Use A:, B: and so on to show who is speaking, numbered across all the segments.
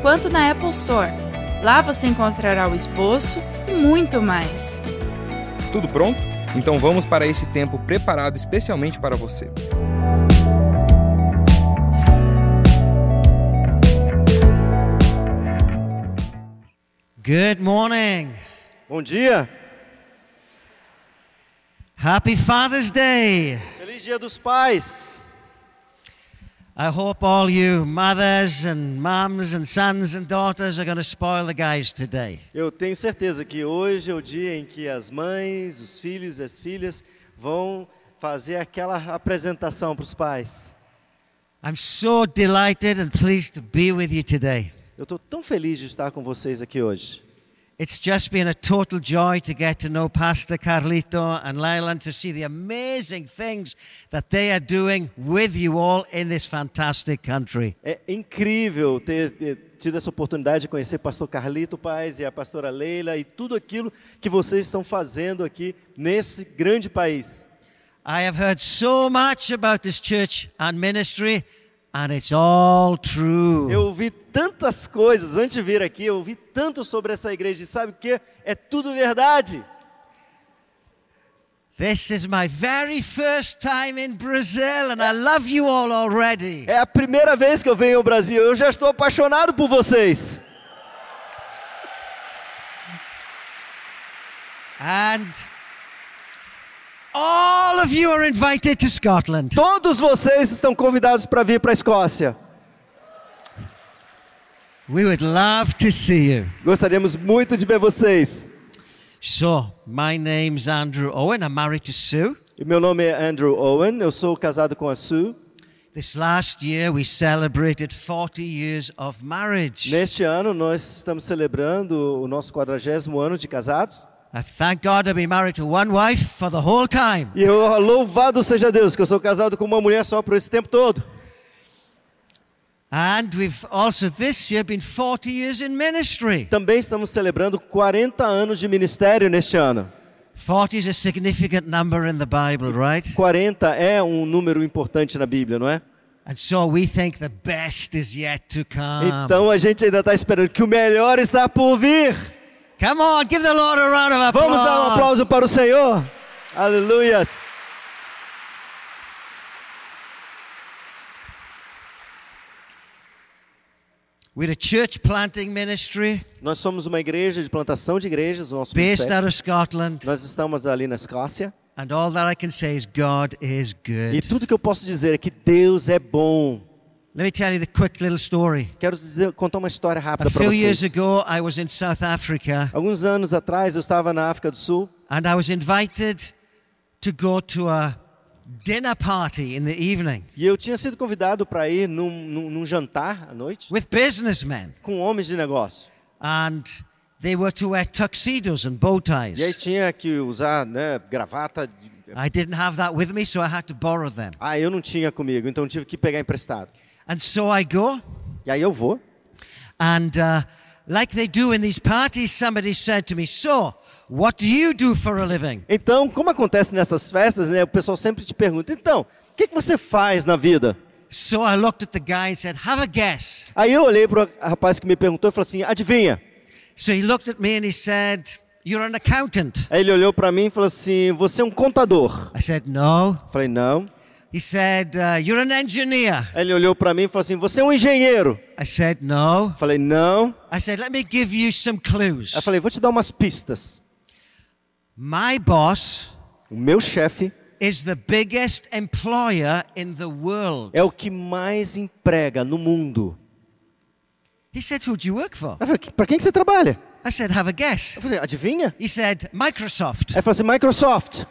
A: quanto na Apple Store. Lá você encontrará o esboço e muito mais.
B: Tudo pronto? Então vamos para esse tempo preparado especialmente para você.
C: Good morning.
D: Bom dia,
C: Happy Father's Day.
D: feliz dia dos pais.
C: I hope all you mothers and moms and sons and daughters are going to spoil the guys today.
D: Eu tenho certeza que hoje é o dia em que as mães, os filhos e as filhas vão fazer aquela apresentação para os pais.
C: I'm so delighted and pleased to be with you today.
D: Eu estou tão feliz de estar com vocês aqui hoje.
C: It's just been a total joy to get to know Pastor Carlito and Lyle and to see the amazing things that they are doing with you all in this fantastic country.
D: É incrível ter, ter tido essa oportunidade de conhecer o pastor Carlito Paz e a pastora Leila e tudo aquilo que vocês estão fazendo aqui nesse grande país.
C: I have heard so much about this church and ministry, and it's all true.
D: Eu ouvi tantas coisas antes de vir aqui, eu ouvi tanto sobre essa igreja e sabe o que? É tudo verdade.
C: This is my very first time in Brazil, and I love you all already.
D: É a primeira vez que eu venho ao Brasil. Eu já estou apaixonado por vocês.
C: And all of you are invited to Scotland.
D: Todos vocês estão convidados para vir para a Escócia.
C: We would love to see you.
D: Gostaríamos muito de ver vocês.
C: So, my name's Andrew Owen. I'm married to Sue.
D: E Meu nome é Andrew Owen, eu sou casado com a Sue.
C: This last year, we celebrated 40 years of marriage.
D: Neste ano nós estamos celebrando o nosso 40 ano de casados.
C: I thank God to be married to one wife for the whole time.
D: E eu louvado seja Deus que eu sou casado com uma mulher só por esse tempo todo.
C: And we've also this year been 40 years in ministry.
D: Também estamos celebrando 40 anos de ministério neste ano.
C: 40 is a significant number in the Bible, right?
D: 40 é um número importante na Bíblia, não é?
C: And so we think the best is yet to come.
D: Então a gente ainda está esperando que o melhor está por vir.
C: Come on, give the Lord a round of applause.
D: Vamos dar um aplauso para o Senhor. Aleluia.
C: We're a church planting ministry
D: Nós somos uma igreja de plantação de igrejas, o nosso
C: based
D: ministério.
C: out of Scotland.
D: Nós estamos ali na Escócia.
C: And all that I can say is God is
D: E
C: good.
D: tudo que eu posso dizer é que Deus é bom.
C: Let me tell you the quick little story.
D: Quero dizer- contar uma história
C: A
D: rápida para
C: few years
D: vocês.
C: ago, I was in South Africa
D: Alguns anos atrás, eu estava na África do Sul
C: and I was invited to go to a dinner party in the evening
D: e eu tinha sido convidado para ir num, num- num jantar à noite
C: with businessmen.
D: com homens de negócio.
C: And they were to wear tuxedos and bow
D: E aí
C: ties.
D: tinha que usar né, gravata. de-
C: I didn't have that with me, so I had to borrow them.
D: Ah, eu não tinha comigo, então tive que pegar emprestado.
C: And so I go,
D: E aí eu vou.
C: and uh, like they do in these parties, somebody said to me, So, what do you do for a living?
D: Então, como acontece nessas festas, né, o pessoal sempre te pergunta: então, o que, que você faz na vida?
C: So I looked at the guy and said, Have a guess.
D: Aí eu olhei para o rapaz que me perguntou e falei assim: adivinha?
C: So he looked at me and he said, You're an accountant.
D: Aí ele olhou para mim e falou assim: você é um contador?
C: I said, No.
D: Eu falei: não.
C: He said, uh, You're an engineer.
D: Aí ele olhou para mim e falou assim: você é um engenheiro?
C: I said, No.
D: Eu falei: não.
C: I said, Let me give you some
D: Aí eu
C: clues.
D: falei: vou te dar umas pistas.
C: My boss
D: O meu chefe
C: is the biggest employer in the world.
D: é o que mais emprega no mundo.
C: He said, Who do you work for?
D: Aí eu falei: para quem que você trabalha?
C: I said, Have a guess.
D: Eu falei: adivinha?
C: He said, Microsoft.
D: Aí ele falou assim: Microsoft. Eu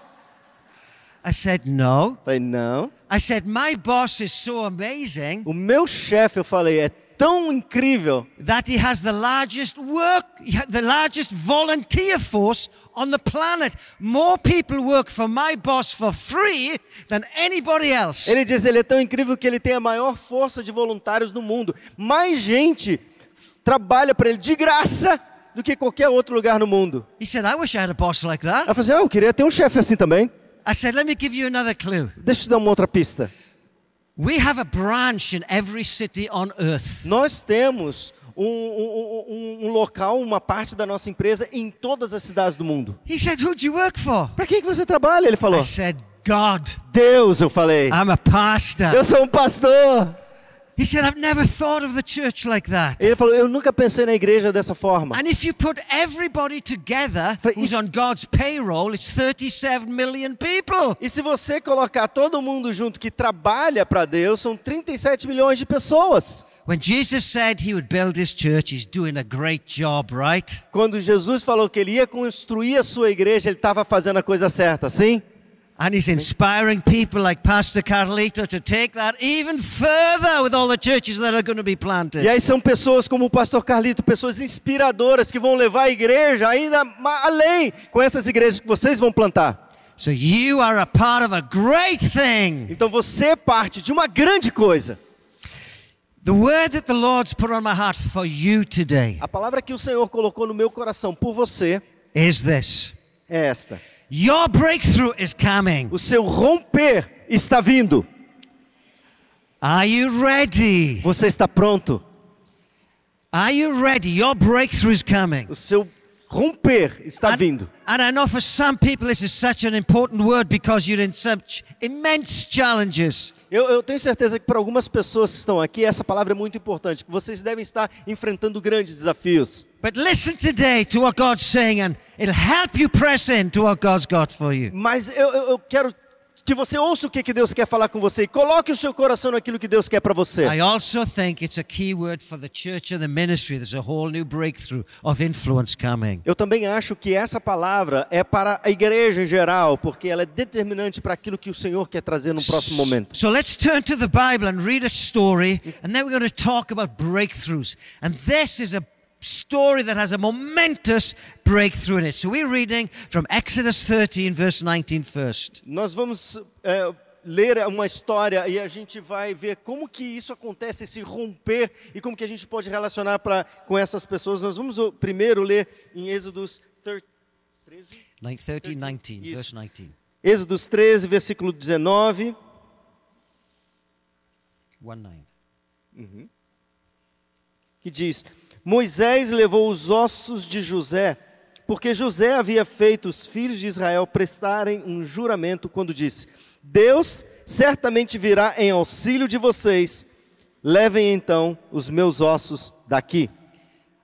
C: I said, No.
D: falei: não.
C: I said, My boss is so amazing.
D: O meu chefe, eu falei, é tão incrível
C: that he has the largest work, he ha- the largest volunteer force on the planet. More people work for my boss for free than anybody else.
D: Ele diz, ele é tão incrível que ele tem a maior força de voluntários do mundo. Mais gente f- trabalha para ele de graça do que qualquer outro lugar no mundo.
C: He said, I wish I had a boss like that.
D: Ela falou assim, ah, eu queria ter um chefe assim também.
C: I said, let me give you another clue.
D: Deixa eu te dar uma outra pista.
C: We have a branch in every city on earth.
D: Nós temos um, um- um- um local, uma parte da nossa empresa em todas as cidades do mundo.
C: He said, who do you work for?
D: Para quem que você trabalha? Ele falou.
C: I said, God.
D: Deus, eu falei.
C: I'm a pastor.
D: Eu sou um pastor.
C: He said, I've never thought of the church like that.
D: Ele falou, eu nunca pensei na igreja dessa forma.
C: And if you put everybody together
D: For-
C: who's on God's payroll, it's 37 million people.
D: E se você colocar todo mundo junto que trabalha para Deus, são 37 milhões de pessoas.
C: When Jesus said he would build his church, he's doing a great job, right?
D: Quando Jesus falou que ele ia construir a sua igreja, ele estava fazendo a coisa certa, sim?
C: And he's inspiring people like Pastor Carlito to take that even further with all the churches that are going to be planted.
D: E aí são pessoas como o pastor Carlito, pessoas inspiradoras que vão levar a igreja ainda ma- além com essas igrejas que vocês vão plantar.
C: So you are a part of a great thing.
D: Então você é parte de uma grande coisa.
C: The word that the Lord's put on my heart for you today
D: A palavra que o Senhor colocou no meu coração por você
C: is this.
D: é esta:
C: Your breakthrough is coming.
D: o seu romper está vindo.
C: Are you ready?
D: Você está pronto.
C: Are you ready? Your breakthrough is coming.
D: O seu romper está vindo.
C: And, and I know for some people this is such an important word because you're in such immense challenges.
D: Eu, eu tenho certeza que para algumas pessoas que estão aqui, essa palavra é muito importante. que Vocês devem estar enfrentando grandes desafios.
C: But listen today to what God's saying, and it'll help you press in to what God's got for you.
D: Mas eu, eu, eu quero que você ouça o que, que Deus quer falar com você e coloque o seu coração naquilo que Deus quer para você.
C: I also think it's a key word for the church and the ministry. There's a whole new breakthrough of influence coming.
D: Eu também acho que essa palavra é para a igreja em geral, porque ela é determinante para aquilo que o Senhor quer trazer no próximo momento.
C: So let's turn to the Bible and read a story, and then we're going to talk about breakthroughs. And this is a story that has a momentous breakthrough in it. So we're reading from Exodus 13, verse 19 first.
D: Nós vamos é, ler uma história e a gente vai ver como que isso acontece, esse romper, e como que a gente pode relacionar pra, com essas pessoas. Nós vamos o, primeiro ler em Êxodos 13,
C: 9, 13, 19,
D: Yes.
C: verse 19.
D: Êxodos 13, versículo 19.
C: 1 9.
D: que diz: Moisés levou os ossos de José, porque José havia feito os filhos de Israel prestarem um juramento quando disse: Deus certamente virá em auxílio de vocês. Levem então os meus ossos daqui.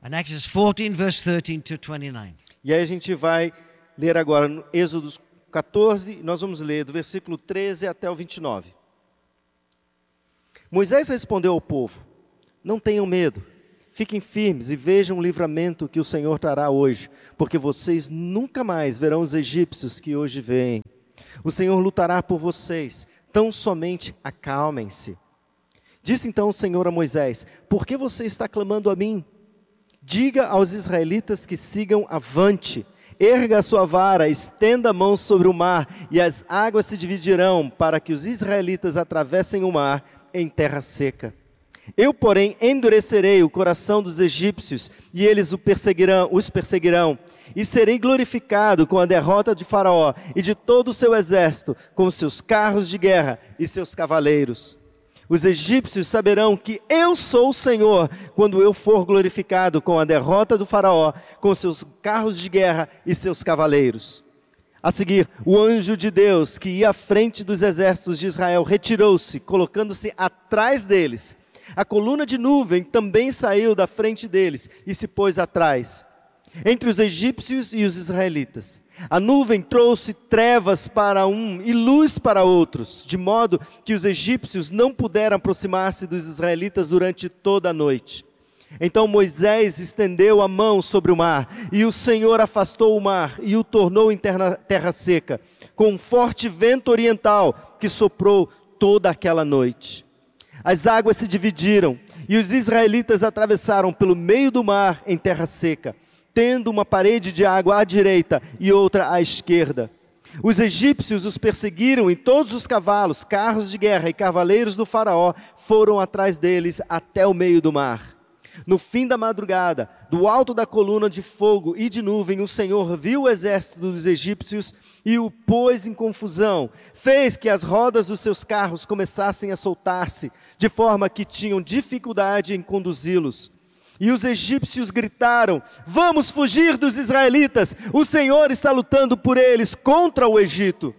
C: And Exodus 14, verse 13 to 29.
D: E aí a gente vai ler agora no Êxodo 14, nós vamos ler do versículo 13 até o 29. Moisés respondeu ao povo: Não tenham medo, fiquem firmes e vejam o livramento que o Senhor trará hoje, porque vocês nunca mais verão os egípcios que hoje veem. O Senhor lutará por vocês, tão somente acalmem-se. Disse então o Senhor a Moisés: Por que você está clamando a mim? Diga aos israelitas que sigam avante. Erga a sua vara, estenda a mão sobre o mar, e as águas se dividirão, para que os israelitas atravessem o mar em terra seca. Eu, porém, endurecerei o coração dos egípcios, e eles o perseguirão, os perseguirão, e serei glorificado com a derrota de Faraó e de todo o seu exército, com seus carros de guerra e seus cavaleiros. Os egípcios saberão que eu sou o Senhor quando eu for glorificado com a derrota do Faraó, com seus carros de guerra e seus cavaleiros. A seguir, o anjo de Deus que ia à frente dos exércitos de Israel retirou-se, colocando-se atrás deles. A coluna de nuvem também saiu da frente deles e se pôs atrás, entre os egípcios e os israelitas. A nuvem trouxe trevas para um e luz para outros, de modo que os egípcios não puderam aproximar-se dos israelitas durante toda a noite. Então Moisés estendeu a mão sobre o mar, e o Senhor afastou o mar e o tornou em terra, terra seca, com um forte vento oriental que soprou toda aquela noite. As águas se dividiram E os israelitas atravessaram pelo meio do mar em terra seca, tendo uma parede de água à direita e outra à esquerda. Os egípcios os perseguiram e todos os cavalos, carros de guerra e cavaleiros do Faraó foram atrás deles até o meio do mar. No fim da madrugada, do alto da coluna de fogo e de nuvem, o Senhor viu o exército dos egípcios e o pôs em confusão. Fez que as rodas dos seus carros começassem a soltar-se, de forma que tinham dificuldade em conduzi-los. E os egípcios gritaram: Vamos fugir dos israelitas! O Senhor está lutando por eles contra o Egito.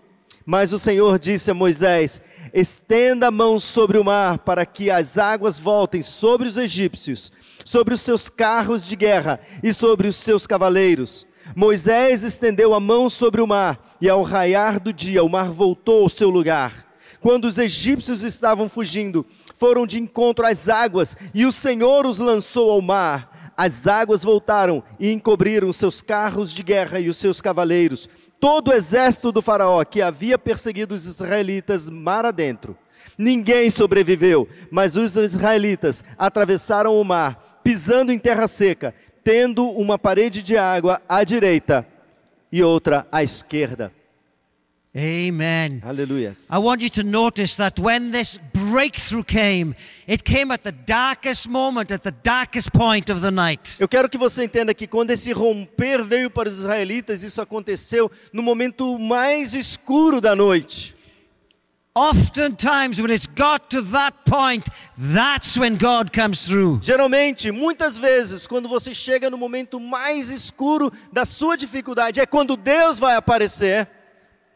D: Mas o Senhor disse a Moisés: Estenda a mão sobre o mar para que as águas voltem sobre os egípcios, sobre os seus carros de guerra e sobre os seus cavaleiros. Moisés estendeu a mão sobre o mar, e ao raiar do dia o mar voltou ao seu lugar. Quando os egípcios estavam fugindo, foram de encontro às águas, e o Senhor os lançou ao mar. As águas voltaram e encobriram seus carros de guerra e os seus cavaleiros, todo o exército do Faraó que havia perseguido os israelitas mar adentro. Ninguém sobreviveu, mas os israelitas atravessaram o mar, pisando em terra seca, tendo uma parede de água à direita e outra à esquerda.
C: Amen.
D: Aleluia.
C: I want you to notice that when this breakthrough came, it came at the darkest moment, at the darkest point of the night.
D: Eu quero que você entenda que quando esse romper veio para os israelitas, isso aconteceu no momento mais escuro da noite.
C: Oftentimes, when it's got to that point, that's when God comes through.
D: Geralmente, muitas vezes, quando você chega no momento mais escuro da sua dificuldade, é quando Deus vai aparecer.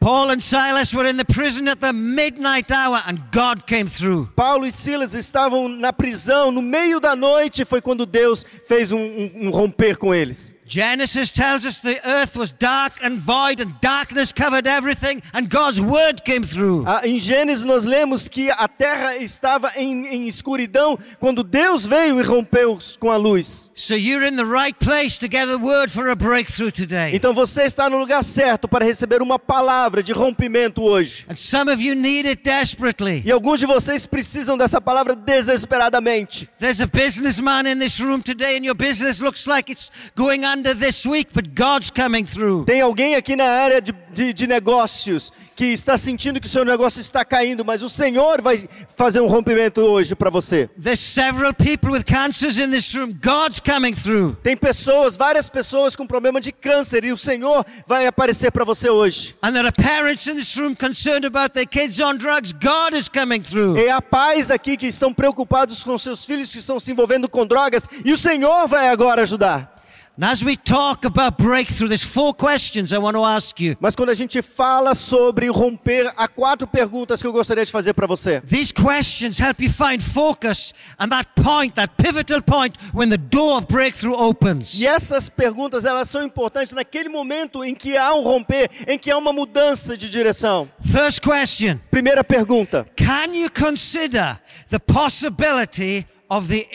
C: Paul and Silas were in the prison at the midnight hour, and God came through.
D: Paulo e Silas estavam na prisão no meio da noite, foi quando Deus fez um, um- um romper com eles.
C: Genesis tells us the earth was dark and void, and darkness covered everything, and God's word came through.
D: Ah, em Gênesis nós lemos que a terra estava em, em escuridão quando Deus veio e rompeu com a luz.
C: So you're in the right place to get the word for a breakthrough today.
D: Então você está no lugar certo para receber uma palavra de rompimento hoje.
C: And some of you need it desperately.
D: E alguns de vocês precisam dessa palavra desesperadamente.
C: There's a businessman in this room today, and your business looks like it's going under this week, but God's coming through.
D: Tem alguém aqui na área de, de- de negócios que está sentindo que o seu negócio está caindo, mas o Senhor vai fazer um rompimento hoje para você.
C: There's several people with cancers in this room. God's coming through.
D: Tem pessoas, várias pessoas com problema de câncer e o Senhor vai aparecer para você hoje.
C: And there are parents in this room concerned about their kids on drugs. God is coming through.
D: E há pais É aqui que estão preocupados com seus filhos que estão se envolvendo com drogas e o Senhor vai agora ajudar.
C: And as we talk about breakthrough, there's four questions I want to ask you.
D: Mas quando a gente fala sobre romper, há quatro perguntas que eu gostaria de fazer para você.
C: These questions help you find focus and that point, that pivotal point when the door of breakthrough opens.
D: E essas perguntas, elas são importantes naquele momento em que há um romper, em que há uma mudança de direção.
C: First question
D: Primeira pergunta:
C: Can you consider the possibility of the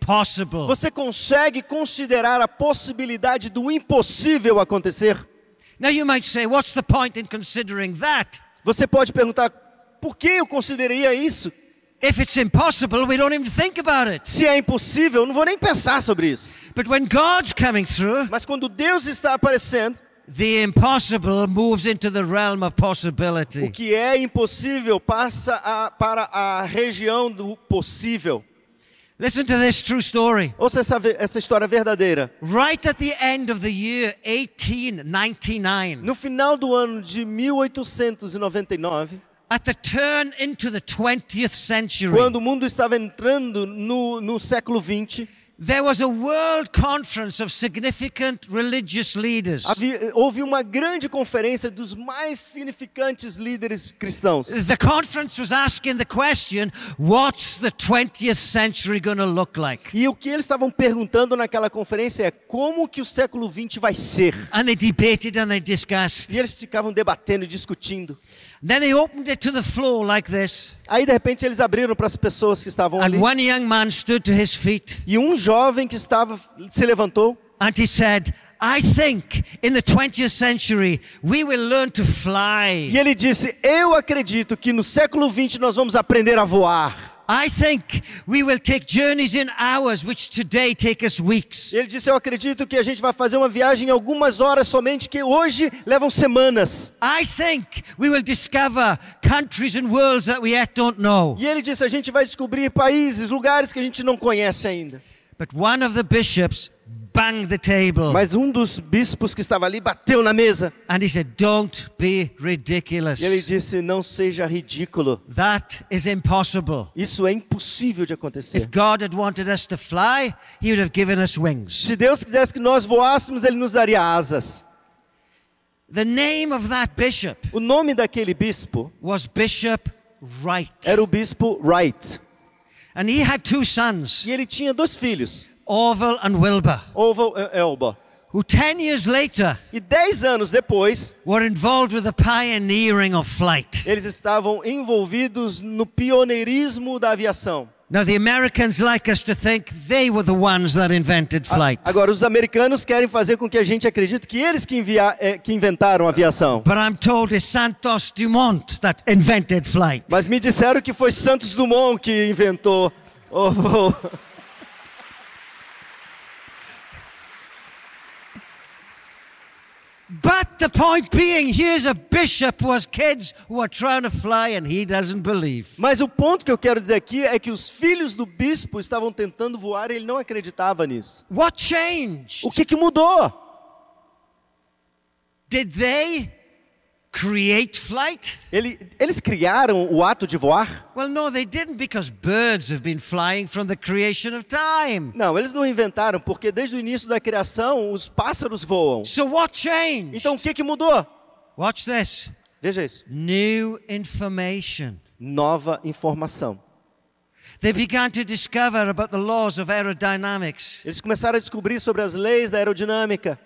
C: impossible?
D: Você consegue considerar a possibilidade do impossível acontecer?
C: Now you might say, What's the point in considering that?
D: Você pode perguntar: por que eu consideraria isso?
C: If it's impossible, we don't even think about it.
D: Se é impossível, eu não vou nem pensar sobre isso.
C: But when God's coming through,
D: Mas quando Deus está aparecendo,
C: the impossible moves into the realm of
D: o
C: possibility.
D: que é impossível passa a- para a região do possível.
C: Listen to this true story.
D: Ouça essa, ve- essa história verdadeira.
C: Right at the end of the year 1899,
D: No final do ano de 1899,
C: at the turn into the 20th century,
D: quando o mundo estava entrando no, no século 20,
C: there was a world conference of significant religious leaders.
D: havia- houve uma grande conferência dos mais significantes líderes cristãos.
C: The conference was asking the question, what's the 20th century going to look like?
D: E o que eles estavam perguntando naquela conferência é como que o século 20 vai ser.
C: And they debated and they discussed.
D: E eles ficavam debatendo e discutindo.
C: Then they opened it to the floor like this,
D: Aí de repente eles abriram para as pessoas que estavam ali.
C: and one young man stood to his feet.
D: E um jovem que estava se levantou
C: And he said, I think in the 20th century we will learn to fly.
D: e ele disse: "Eu acredito que no século 20 nós vamos aprender a voar".
C: I think we will take journeys in hours, which today take us weeks.
D: E ele disse: Eu acredito que a gente vai fazer uma viagem em algumas horas somente, que hoje levam semanas.
C: I think we will discover countries and worlds that we yet don't know.
D: E ele disse: A gente vai descobrir países, lugares que a gente não conhece ainda.
C: But one of the bishops banged the table
D: Mas um dos bispos que estava ali bateu na mesa.
C: and he said, Don't be
D: E ele
C: ridiculous.
D: disse: Não seja ridículo.
C: That is impossible.
D: Isso é impossível de acontecer.
C: If God had wanted us to fly, he would have given us wings.
D: Se Deus quisesse que nós voássemos, ele nos daria asas.
C: The name of that bishop
D: O nome daquele bispo
C: was Bishop Wright.
D: era o bispo Wright.
C: And he had two sons,
D: E ele tinha dois filhos,
C: Orville and Wilbur,
D: Oval e Elba.
C: who 10 years later
D: E dez anos depois,
C: were involved with the pioneering of flight.
D: eles estavam envolvidos no pioneirismo da aviação.
C: Now, the Americans like us to think they were the ones that invented flight.
D: Agora, os americanos querem fazer com que a gente acredite que eles que, envia- eh, que inventaram a aviação.
C: But I'm told it's Santos Dumont that invented flight.
D: Mas me disseram que foi Santos Dumont que inventou. Oh, o voo.
C: But the point being, here's a bishop who has kids who are trying to fly and he doesn't believe.
D: Mas o ponto que eu quero dizer aqui é que os filhos do bispo estavam tentando voar e ele não acreditava nisso.
C: What changed?
D: O que, que mudou?
C: Did they create flight?
D: Ele- eles criaram o ato de voar?
C: Well, no, they didn't because birds have been flying from the creation of time.
D: Não, eles não inventaram, porque desde o início da criação os pássaros voam.
C: So what changed?
D: Então o que, que mudou?
C: Watch this.
D: Veja isso.
C: New information.
D: Nova informação.
C: They began to discover about the laws of aerodynamics
D: Eles começaram a descobrir sobre as leis da aerodinâmica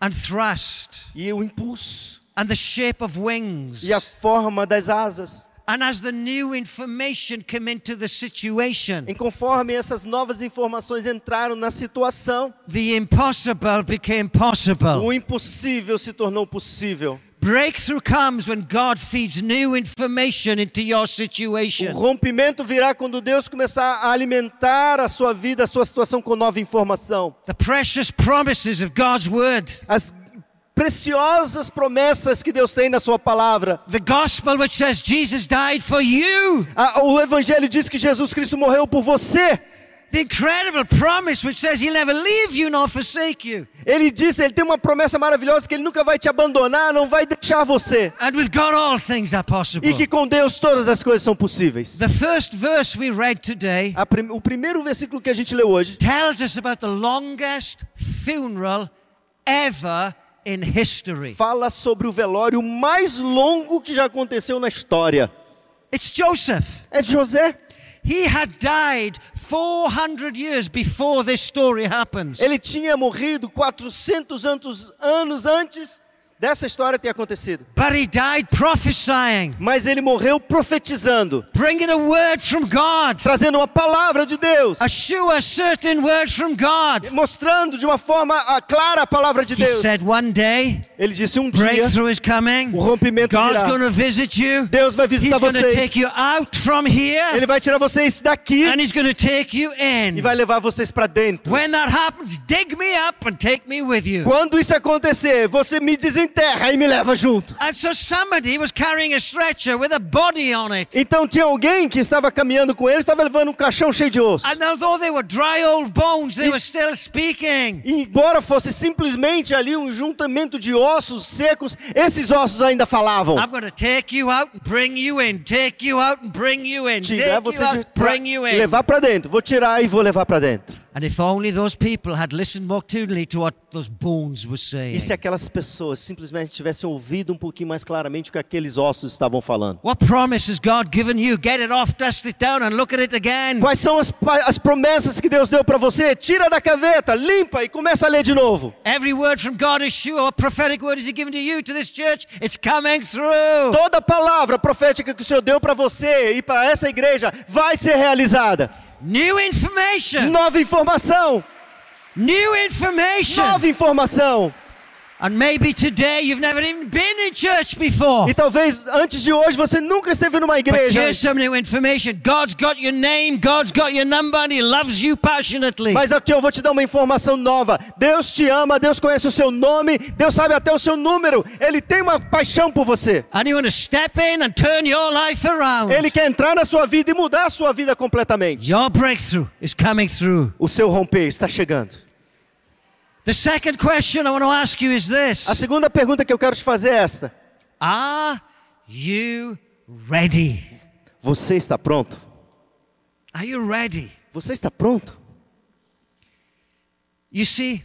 C: and thrust
D: e o impulso
C: and the shape of wings.
D: e a forma das asas.
C: And as the new information came into the situation,
D: Em conforme essas novas informações entraram na situação,
C: the impossible became possible.
D: o impossível se tornou possível.
C: Breakthrough comes when God feeds new information into your
D: O
C: situation.
D: rompimento virá quando Deus começar a alimentar a sua vida, a sua situação com nova informação.
C: The precious promises of God's word.
D: As preciosas promessas que Deus tem na sua palavra.
C: The gospel which says Jesus died for you.
D: Ah, O Evangelho diz que Jesus Cristo morreu por você.
C: The incredible promise which says he'll never leave you nor forsake you.
D: Ele diz, ele tem uma promessa maravilhosa que ele nunca vai te abandonar, não vai deixar você.
C: And with God, all things are
D: E
C: possible.
D: que com Deus todas as coisas são possíveis.
C: The first verse we read today
D: A prim- O primeiro versículo que a gente leu hoje
C: tells us about the longest funeral ever in history.
D: fala sobre o velório mais longo que já aconteceu na história.
C: It's Joseph.
D: É de José.
C: He had died 400 years before this story happens.
D: Ele tinha morrido 400 anos- anos antes dessa história ter acontecido.
C: But he died prophesying,
D: Mas ele morreu profetizando,
C: bringing a word from God,
D: trazendo uma palavra de Deus,
C: a sure, certain word from God.
D: mostrando de uma forma ah, clara a palavra de
C: He
D: Deus.
C: said, One day,
D: Ele disse um dia
C: breakthrough is coming.
D: o rompimento
C: God's
D: virá.
C: going to visit you.
D: Deus vai
C: He's
D: visitar
C: going to
D: vocês.
C: take you out from here
D: Ele vai tirar vocês daqui
C: and he's going to take you
D: e
C: in.
D: vai levar vocês para dentro.
C: When that happens, dig me up and take me with you.
D: Quando isso acontecer, você me desenterra e me leva junto.
C: And so somebody was carrying a stretcher with a body on it.
D: Então tinha alguém que estava caminhando com ele, estava levando um caixão cheio de osso.
C: And although they were dry old bones, they were still speaking.
D: E embora fosse simplesmente ali um juntamento de ossos secos, esses ossos ainda falavam.
C: I'm going to take you out and bring you in. Take you out and bring you in. Take
D: Tirar
C: you
D: você
C: out
D: de,
C: and
D: pra-
C: bring you in.
D: levar para dentro. Vou tirar e vou levar para dentro.
C: And if only those people had listened more tunely to what those bones were saying.
D: E se aquelas pessoas simplesmente tivessem ouvido um pouquinho mais claramente o que aqueles ossos estavam falando?
C: What promise has God given you? Get it off, dust it down, and look at it again.
D: Quais são as, pa- as promessas que Deus deu para você? Tira da gaveta, limpa e começa a ler de novo.
C: Every word from God is sure. What prophetic word is He giving to you, to this church? It's coming through.
D: Toda palavra profética que o Senhor deu para você e para essa igreja vai ser realizada.
C: New information.
D: Nova informação,
C: New information.
D: nova informação.
C: And maybe today you've never even been in church before.
D: E talvez antes de hoje você nunca esteve numa
C: But
D: igreja.
C: here's some new information. God's got your name, God's got your number, and He loves you passionately.
D: Mas aqui eu vou te dar uma informação nova. Deus te ama, Deus conhece o seu nome, Deus sabe até o seu número. Ele tem uma paixão por você.
C: And you want to step in and turn your life around.
D: Ele quer entrar na sua vida e mudar a sua vida completamente.
C: Your breakthrough is coming through.
D: O seu romper está chegando.
C: The second question I want to ask you is
D: A
C: this
D: segunda pergunta que eu quero te fazer é esta:
C: Are you ready?
D: Você está pronto?
C: Are you ready?
D: Você está pronto?
C: You see,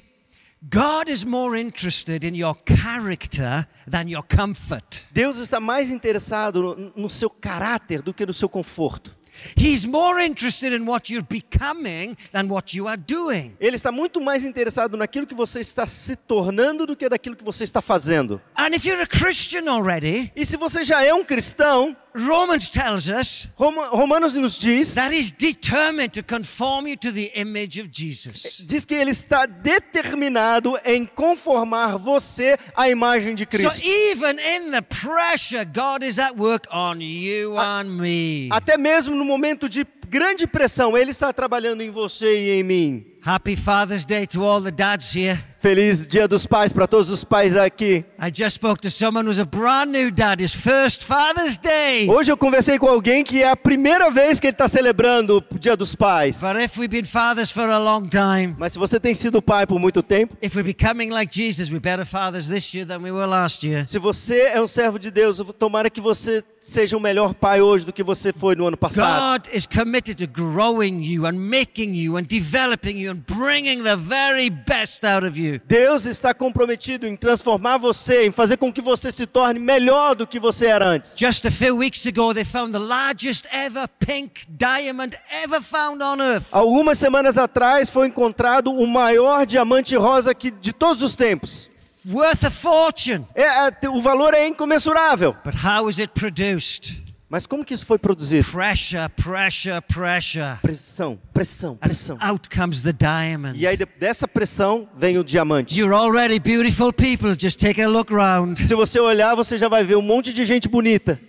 C: God is more interested in your character than your comfort.
D: Deus está mais interessado no, no seu caráter do que no seu conforto.
C: He's more interested in what you're becoming than what you are doing.
D: Ele está muito mais interessado naquilo que você está se tornando do que naquilo que você está fazendo.
C: And if you're a Christian already,
D: E se você já é um cristão,
C: Romans tells us
D: Roma- Romanos nos diz
C: that he's determined to conform you to the image of Jesus.
D: diz que ele está determinado em conformar você à imagem de
C: So
D: Cristo.
C: even in the pressure, God is at work on you and me.
D: Até mesmo no momento de grande pressão, ele está trabalhando em você e em mim.
C: Happy Father's Day to all the dads here.
D: Feliz Dia dos Pais para todos os pais aqui.
C: I just spoke to someone who's a brand new dad, his first Father's Day.
D: Hoje eu conversei com alguém que é a primeira vez que ele está celebrando o Dia dos Pais.
C: But if we've been fathers for a long time,
D: Mas se você tem sido pai por muito tempo,
C: if we're becoming like Jesus, we're better fathers this year than we were last year.
D: se você é um servo de Deus, tomara que você seja o melhor pai hoje do que você foi no ano passado.
C: God is committed to growing you and making you and developing you and bringing the very best out of you.
D: Deus está comprometido em transformar você, em fazer com que você se torne melhor do que você era antes.
C: Just a few weeks ago, they found the largest ever pink diamond ever found on earth.
D: Algumas semanas atrás foi encontrado o maior diamante rosa que, de todos os tempos.
C: Worth a fortune.
D: É, é, o valor é incomensurável.
C: But how is it produced?
D: Mas como que isso foi produzido?
C: Pressure, pressure, pressure.
D: Pressão, pressão, pressão.
C: Out comes the diamond.
D: E aí de- dessa pressão vem o diamante.
C: You're already beautiful people. Just take a look round.
D: Se você olhar, você já vai ver um monte de gente bonita.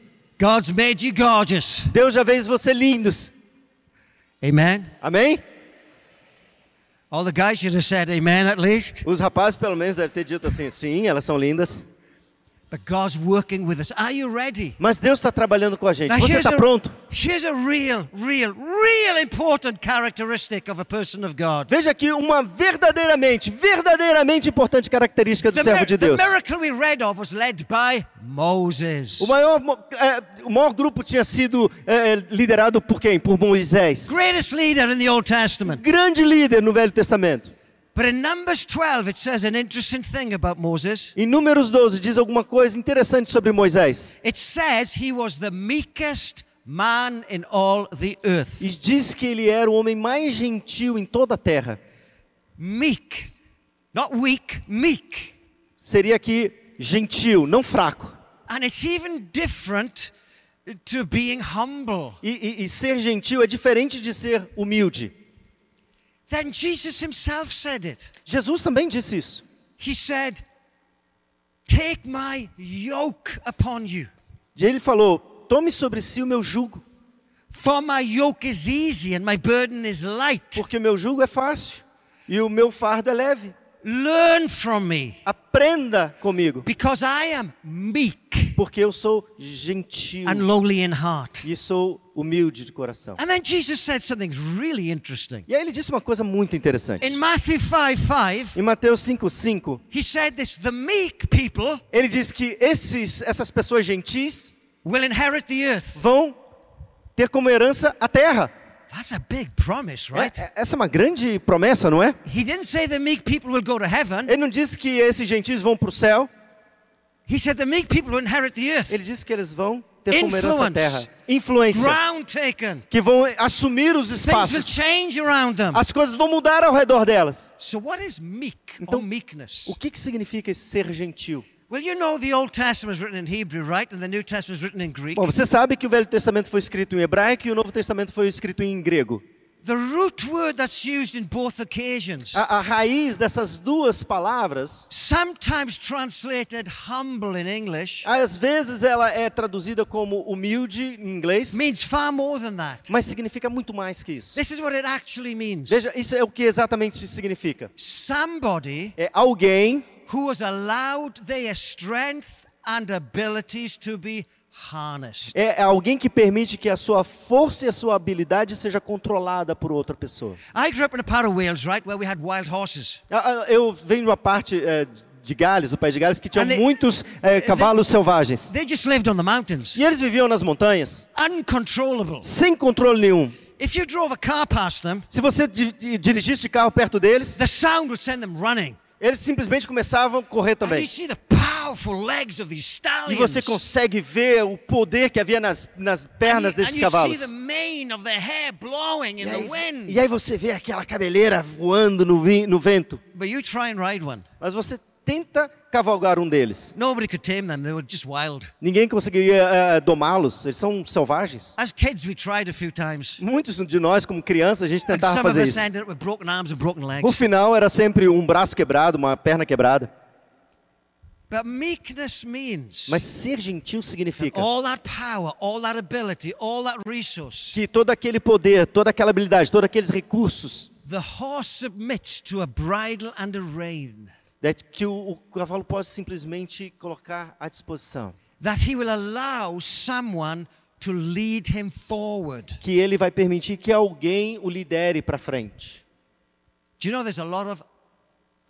C: God's made you gorgeous.
D: Deus já fez você lindos.
C: Amen.
D: Amém?
C: All the guys should have said amen at least.
D: Os rapazes, pelo menos, devem ter dito assim: sim, elas são lindas.
C: But God's working with us. Are you ready?
D: Mas Deus está trabalhando com a gente. Você está
C: a,
D: pronto?
C: here's a real, real, real important characteristic of a person of God.
D: Veja aqui uma verdadeiramente, verdadeiramente importante característica do
C: The,
D: servo
C: mir-
D: de
C: the
D: Deus.
C: miracle we read of was led by Moses.
D: O maior, mo- é, o maior grupo tinha sido é, é, liderado por quem? Por Moisés.
C: Greatest leader in the Old Testament.
D: Grande líder no Velho Testamento.
C: But in Numbers 12, it says an interesting thing about Moses.
D: Em Números 12 diz alguma coisa interessante sobre Moisés.
C: It says he was the meekest man in all the earth.
D: E diz que ele era o homem mais gentil em toda a terra.
C: Meek. Not weak, meek.
D: Seria aqui gentil, não fraco.
C: And it's even different to being humble.
D: E, e- e ser gentil é diferente de ser humilde.
C: Then Jesus himself said it.
D: Jesus também disse isso.
C: He said, Take my yoke upon you,
D: E ele falou: Tome sobre si o meu jugo,
C: for my yoke is easy and my burden is light.
D: porque o meu jugo é fácil e o meu fardo é leve.
C: Learn from me,
D: Aprenda comigo,
C: because I am meek
D: porque eu sou gentil
C: and lowly in heart.
D: e sou humilde de coração.
C: And then Jesus said something really interesting.
D: E aí ele disse uma coisa muito interessante.
C: In Matthew 5 5,
D: Em Mateus 5:5,
C: he said this the meek people
D: ele diz que esses essas pessoas gentis
C: will inherit the earth.
D: vão ter como herança a terra.
C: That's a big promise,
D: É-
C: right?
D: é- Essa é uma grande promessa, não é?
C: He didn't say the meek people will go to heaven.
D: Ele não disse que esses gentis vão para o céu,
C: He said the meek people will inherit the earth.
D: ele disse que eles vão ter como herança a
C: Influence.
D: terra. Influência.
C: ground taken.
D: Que vão assumir os
C: Things will
D: espaços.
C: change around them.
D: As coisas vão mudar ao redor delas.
C: So what is meek or
D: Então,
C: meekness?
D: O que, que significa esse ser gentil?
C: Well, you know the Old Testament is written in Hebrew, right? And the New Testament is written in Greek.
D: Bom, você sabe que o Velho Testamento foi escrito em hebraico e o Novo Testamento foi escrito em grego.
C: The root word that's used in both occasions,
D: A, a raiz dessas duas palavras,
C: sometimes translated humble in English,
D: às vezes ela é traduzida como humilde em inglês,
C: means far more than that.
D: mas significa muito mais que isso.
C: This is what it actually means.
D: Veja, isso é o que exatamente isso significa.
C: Somebody
D: É alguém
C: who has allowed their strength and abilities to be harnessed.
D: É alguém que permite que a sua força e a sua habilidade seja controlada por outra pessoa.
C: I grew up in a part of Wales, right, where we had wild horses.
D: A- a- Ah, Eu venho de uma parte eh, de Gales, do país de Gales, que tinha
C: And they-
D: muitos eh, cavalos selvagens.
C: They just lived on the mountains,
D: E eles viviam nas montanhas,
C: uncontrollable.
D: sem controle nenhum.
C: If you drove a car past them,
D: Se você di- di- dirigisse de carro perto deles,
C: the sound would send them running.
D: eles simplesmente começavam a correr
C: And you
D: também.
C: see the powerful legs of these
D: E
C: stallions.
D: você consegue ver o poder que havia nas, nas
C: and you,
D: pernas
C: and
D: desses
C: you
D: cavalos.
C: see the mane of their hair blowing in
D: E
C: the
D: aí,
C: wind.
D: e aí você vê aquela cabeleira voando no, vi- no vento.
C: But you try and ride one.
D: Mas você tenta cavalgar um deles.
C: Nobody could tame them. They were just wild.
D: Ninguém conseguiria eh, domá-los, eles são selvagens.
C: As kids, we tried a few times.
D: Muitos de nós, como crianças, a gente
C: And
D: tentava
C: some of
D: fazer
C: us
D: isso.
C: ended up with broken arms and broken
D: O
C: legs.
D: final era sempre um braço quebrado, uma perna quebrada.
C: But meekness means
D: Mas ser gentil significa
C: all that power, all that ability, all that resource.
D: que todo aquele poder, toda aquela habilidade, todos aqueles recursos
C: The horse submits to a bridle and a rein
D: né, que o, o cavalo pode simplesmente colocar à disposição,
C: that he will allow someone to lead him forward.
D: que ele vai permitir que alguém o lidere para frente.
C: Do you know there's a lot of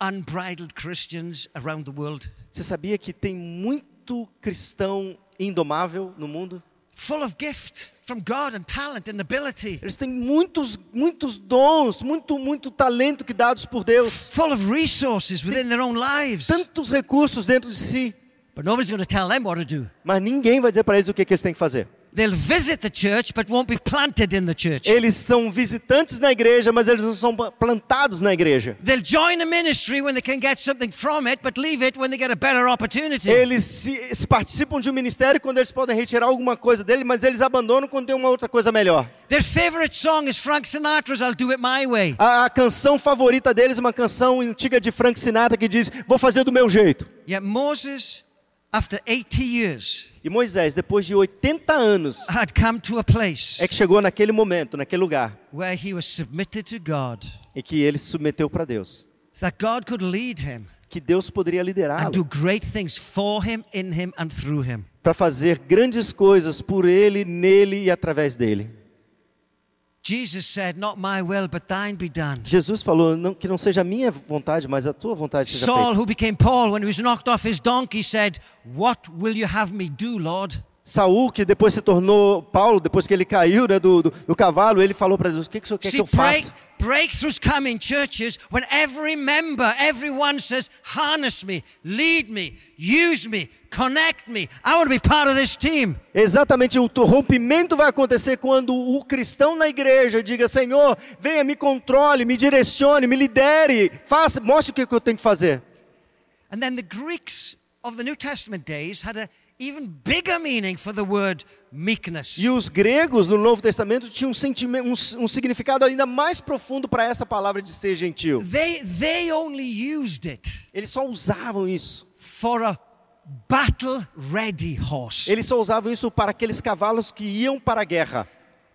C: unbridled Christians around the world
D: Você sabia que tem muito cristão indomável no mundo?
C: full of gift from God and talent and ability,
D: Eles têm muitos, muitos dons, muito, muito talento que dados por Deus,
C: full of resources within their own lives.
D: tantos recursos dentro de si,
C: But nobody's going to tell them what to do.
D: mas ninguém vai dizer para eles o que, que eles têm que fazer.
C: They'll visit the church but won't be planted in the church.
D: Eles são visitantes na igreja, mas eles não são pa- plantados na igreja.
C: They'll join a ministry when they can get something from it but leave it when they get a better opportunity.
D: Eles se- se participam de um ministério quando eles podem retirar alguma coisa dele, mas eles abandonam quando tem uma outra coisa melhor.
C: Their favorite song is Frank Sinatra's I'll Do It My Way.
D: A, a canção favorita deles é uma canção antiga de Frank Sinatra que diz: Vou fazer do meu jeito.
C: Yet Moses, after 80 years,
D: E Moisés, depois de 80 anos,
C: had come to a place
D: é que chegou naquele momento, naquele lugar,
C: where he was submitted to God.
D: em que ele se submeteu para Deus.
C: that God could lead him
D: Que Deus poderia
C: and do
D: liderá-lo
C: great things for him, in him, and through him.
D: para fazer grandes coisas por ele, nele e através dele.
C: Jesus said, Not my will, but thine be done.
D: Jesus falou não, que não seja a minha vontade, mas a tua vontade seja
C: Saul,
D: feita.
C: who became Paul when he was knocked off his donkey, said, What will you have me do, Lord?
D: Saul, que depois se tornou Paulo, depois que ele caiu né, do, do, do cavalo, ele falou para Deus: O que, que o senhor quer que
C: See,
D: eu faça?
C: break- breakthroughs come in churches when every member, everyone says, Harness me, lead me, use me, connect me. I want to be part of this team.
D: Exatamente, o to- rompimento vai acontecer quando o cristão na igreja diga: Senhor, venha, me controle, me direcione, me lidere, faça, mostre o que, que eu tenho que fazer.
C: And then the Greeks of the New Testament days had an even bigger meaning for the word meekness.
D: E os gregos no Novo Testamento tinham um, sentime- um s- um significado ainda mais profundo para essa palavra de ser gentil.
C: They they only used it
D: Eles só usavam isso.
C: for a battle ready horse.
D: Eles só usavam isso para aqueles cavalos que iam para a guerra.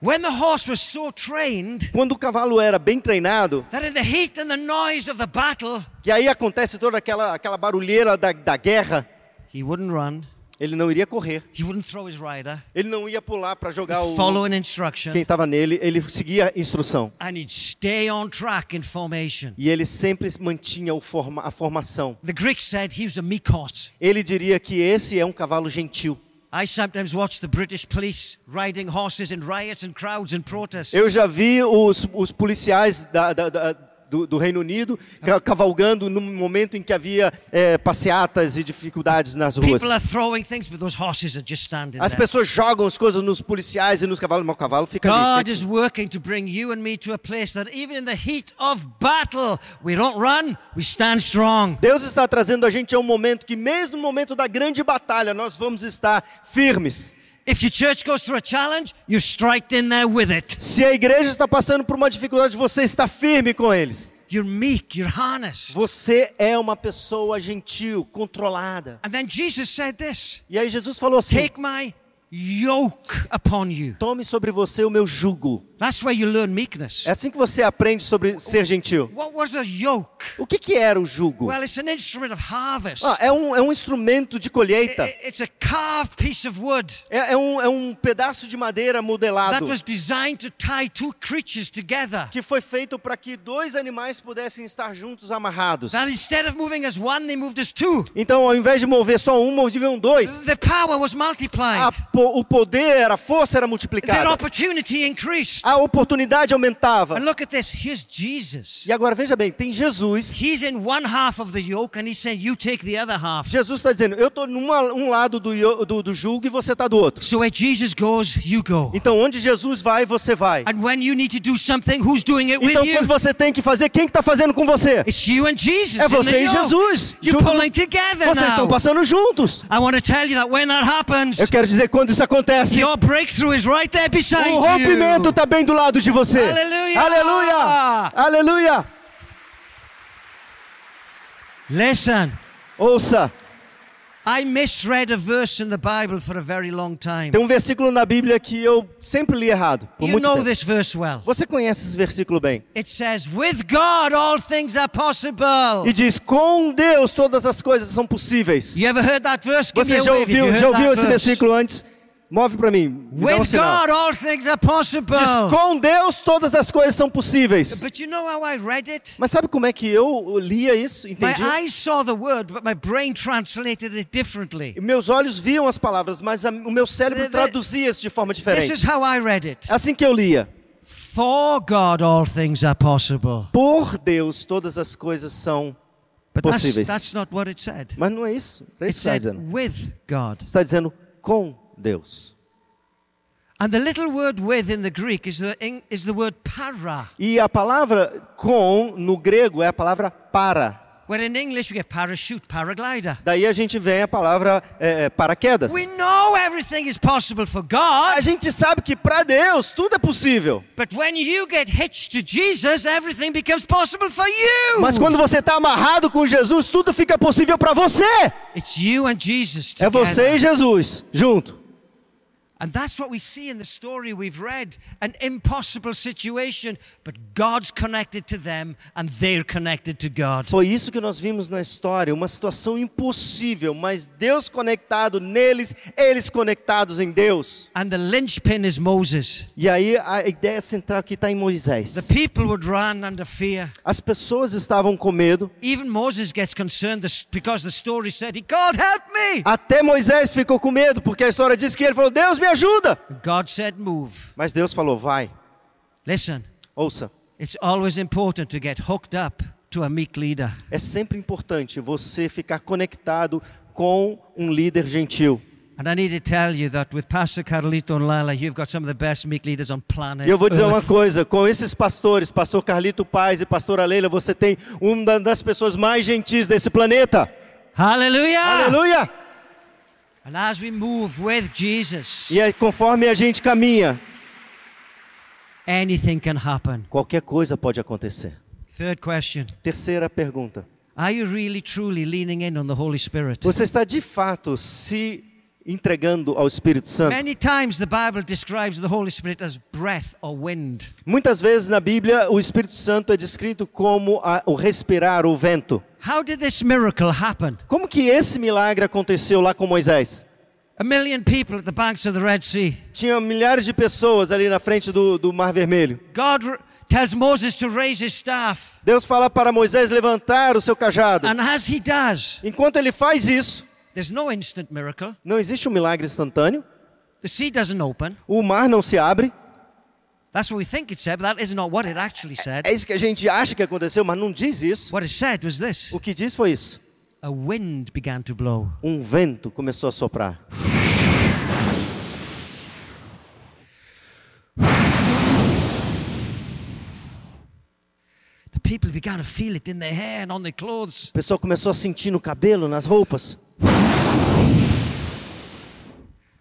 C: When the horse was so trained
D: Quando o cavalo era bem treinado,
C: that in the heat and the noise of the battle,
D: que aí acontece toda aquela, aquela barulheira da, da guerra,
C: he wouldn't run,
D: ele não iria correr.
C: he wouldn't throw his rider,
D: Ele não ia pular para jogar
C: he'd
D: o,
C: follow an
D: quem
C: instruction,
D: estava nele, ele seguia a instrução.
C: and he'd stay on track in formation.
D: E ele sempre mantinha o forma, a formação.
C: The Greeks said he was a meek horse.
D: Ele diria que esse é um cavalo gentil.
C: I sometimes watch the British police riding horses in riots and crowds and protests.
D: Eu já vi os, os policiais da- da- da- do, do Reino Unido ca- cavalgando no momento em que havia eh, passeatas e dificuldades nas ruas.
C: People are throwing things, but those horses are just standing
D: As
C: there.
D: pessoas jogam as coisas nos policiais e nos cavalos, mas o cavalo fica ali.
C: God
D: quietinho.
C: is working to bring you and me to a place that even in the heat of battle, we don't run, we stand strong.
D: Deus está trazendo a gente a um momento que, mesmo no momento da grande batalha, nós vamos estar firmes.
C: If your church goes through a challenge, you're striked in there with it.
D: Se a igreja está passando por uma dificuldade, você está firme com eles.
C: You're meek, you're honest.
D: Você é uma pessoa gentil, controlada.
C: And then Jesus said this
D: E aí Jesus falou assim:
C: Take my yoke upon you.
D: Tome sobre você o meu jugo.
C: That's where you learn meekness.
D: É assim que você aprende sobre ser gentil.
C: What was a yoke?
D: O que, que era o jugo?
C: Well, it's an instrument of harvest.
D: Ah, eh. é, um, é um instrumento de colheita.
C: I- i- It's a carved piece of wood
D: É, é um, é um pedaço de madeira
C: that
D: modelado
C: was designed to tie two creatures together.
D: que foi feito para que dois animais pudessem estar juntos amarrados.
C: That instead of moving as one, they moved as two.
D: Então, ao invés de mover só um, moviam dois.
C: The power was
D: A Ah,
C: multiplied.
D: po- o poder, a força era
C: Their
D: multiplicada.
C: opportunity increased.
D: A oportunidade aumentava.
C: And look at this. Here's Jesus.
D: E agora veja bem, tem Jesus.
C: He's in one half of the yoke, and he's saying, "You take the other half."
D: Jesus está dizendo, eu estou num um lado do, io- do, do jugo e você está do outro.
C: So where Jesus goes, you go.
D: Então, onde Jesus vai, você vai.
C: And when you need to do something, who's doing it with
D: Então, quando
C: you?
D: você tem que fazer, quem que está fazendo com você?
C: It's you and Jesus.
D: É
C: in the
D: você e
C: yoke.
D: Jesus.
C: You're
D: Juntos-
C: pulling together
D: Vocês estão
C: now.
D: passando juntos.
C: I want to tell you that when that happens,
D: Eu quero dizer, quando isso acontece,
C: your breakthrough is right there beside
D: o
C: you.
D: rompimento está bem do lado de você.
C: Aleluia!
D: Aleluia! Aleluia!
C: Listen,
D: Ouça,
C: I misread a verse in the Bible for a very long time.
D: tem um versículo na Bíblia que eu sempre li errado. Por
C: You
D: muito
C: know
D: tempo.
C: this verse well.
D: Você conhece esse versículo bem.
C: It says, "With God, all things are possible."
D: E diz, com Deus todas as coisas são possíveis.
C: You ever heard that verse? Give me
D: Você
C: a
D: já
C: wave if you
D: ouviu,
C: heard
D: já ouviu
C: that
D: esse
C: verse.
D: versículo antes? Move para mim. me Dá um
C: With
D: sinal.
C: God, all things are
D: Diz,
C: possible.
D: com Deus todas as coisas são possíveis.
C: But you know how I read it?
D: Mas sabe como é que eu lia isso?
C: My
D: Entendi.
C: eyes saw the word, but my brain translated it differently.
D: Meus olhos viam as palavras, mas é- a- o meu cérebro
C: The- the-
D: traduzia isso de forma
C: This is
D: diferente.
C: how I read it.
D: Assim que eu lia.
C: For God, all things are possible.
D: Por Deus todas as coisas são
C: But that's,
D: possíveis.
C: that's not what it said.
D: Mas não é isso.
C: It
D: É Tá- isso que está dizendo.
C: said with God.
D: Está dizendo com Deus.
C: And the little word with in the Greek is the, eng- is the word para,
D: E a palavra com no grego é a palavra para.
C: where in English we get parachute, paraglider.
D: Daí a gente vem a palavra é, é, paraquedas.
C: We know everything is possible for God.
D: A gente sabe que para Deus tudo é possível.
C: But when you get hitched to Jesus, everything becomes possible for you.
D: Mas quando você está amarrado com Jesus, tudo fica possível para você.
C: It's you and Jesus
D: É
C: together.
D: você e Jesus junto.
C: And that's what we see in the story we've read. An impossible situation, but God's connected to them and they're connected to God.
D: Foi isso que nós vimos na história, uma situação impossível, mas Deus conectado neles, eles conectados em Deus.
C: And the linchpin is Moses.
D: E aí a ideia central que está em
C: The
D: Moisés.
C: people would run under fear.
D: As pessoas estavam com medo,
C: Even Moses gets concerned this- because the story said, He called, help me.
D: até Moisés ficou com medo, porque a história diz que ele falou: Deus me ajuda!
C: God said, move.
D: Mas Deus falou: vai,
C: Listen,
D: ouça.
C: it's always important to get hooked up to a meek leader.
D: É sempre importante você ficar conectado com um líder gentil.
C: And I need to tell you that with Pastor Carlito and Lala, you've got some of the best meek leaders on planet.
D: E eu vou dizer uma
C: Earth.
D: coisa: com esses pastores, pastor Carlito Paz e pastora Leila, você tem uma das pessoas mais gentis desse planeta.
C: Hallelujah!
D: Aleluia!
C: And as we move with Jesus,
D: E aí, conforme a gente caminha,
C: anything can happen.
D: qualquer coisa pode acontecer.
C: Third question
D: Terceira pergunta.
C: Are you really truly leaning in on the Holy Spirit?
D: Você está de fato se entregando ao Espírito Santo?
C: Many times the Bible describes the Holy Spirit as breath or wind.
D: Muitas vezes na Bíblia o Espírito Santo é descrito como a- o respirar, o vento.
C: How did this miracle happen?
D: Como que esse milagre aconteceu lá com Moisés?
C: A million people at the banks of the Red Sea.
D: Tinha milhares de pessoas ali na frente do, do Mar Vermelho.
C: God r- tells Moses to raise his staff.
D: Deus fala para Moisés levantar o seu cajado.
C: And as he does,
D: Enquanto ele faz isso,
C: there's no instant miracle.
D: não existe um milagre instantâneo.
C: The sea doesn't open.
D: O mar não se abre.
C: That's what we think it said, but that is not what it actually said.
D: É isso que a gente acha que aconteceu, mas não diz isso.
C: What it said was this
D: O que diz foi isso.
C: a wind began to blow.
D: Um vento começou a soprar.
C: The people began to feel it in their hair and on their clothes.
D: O pessoal começou a sentir no cabelo, nas roupas.
C: And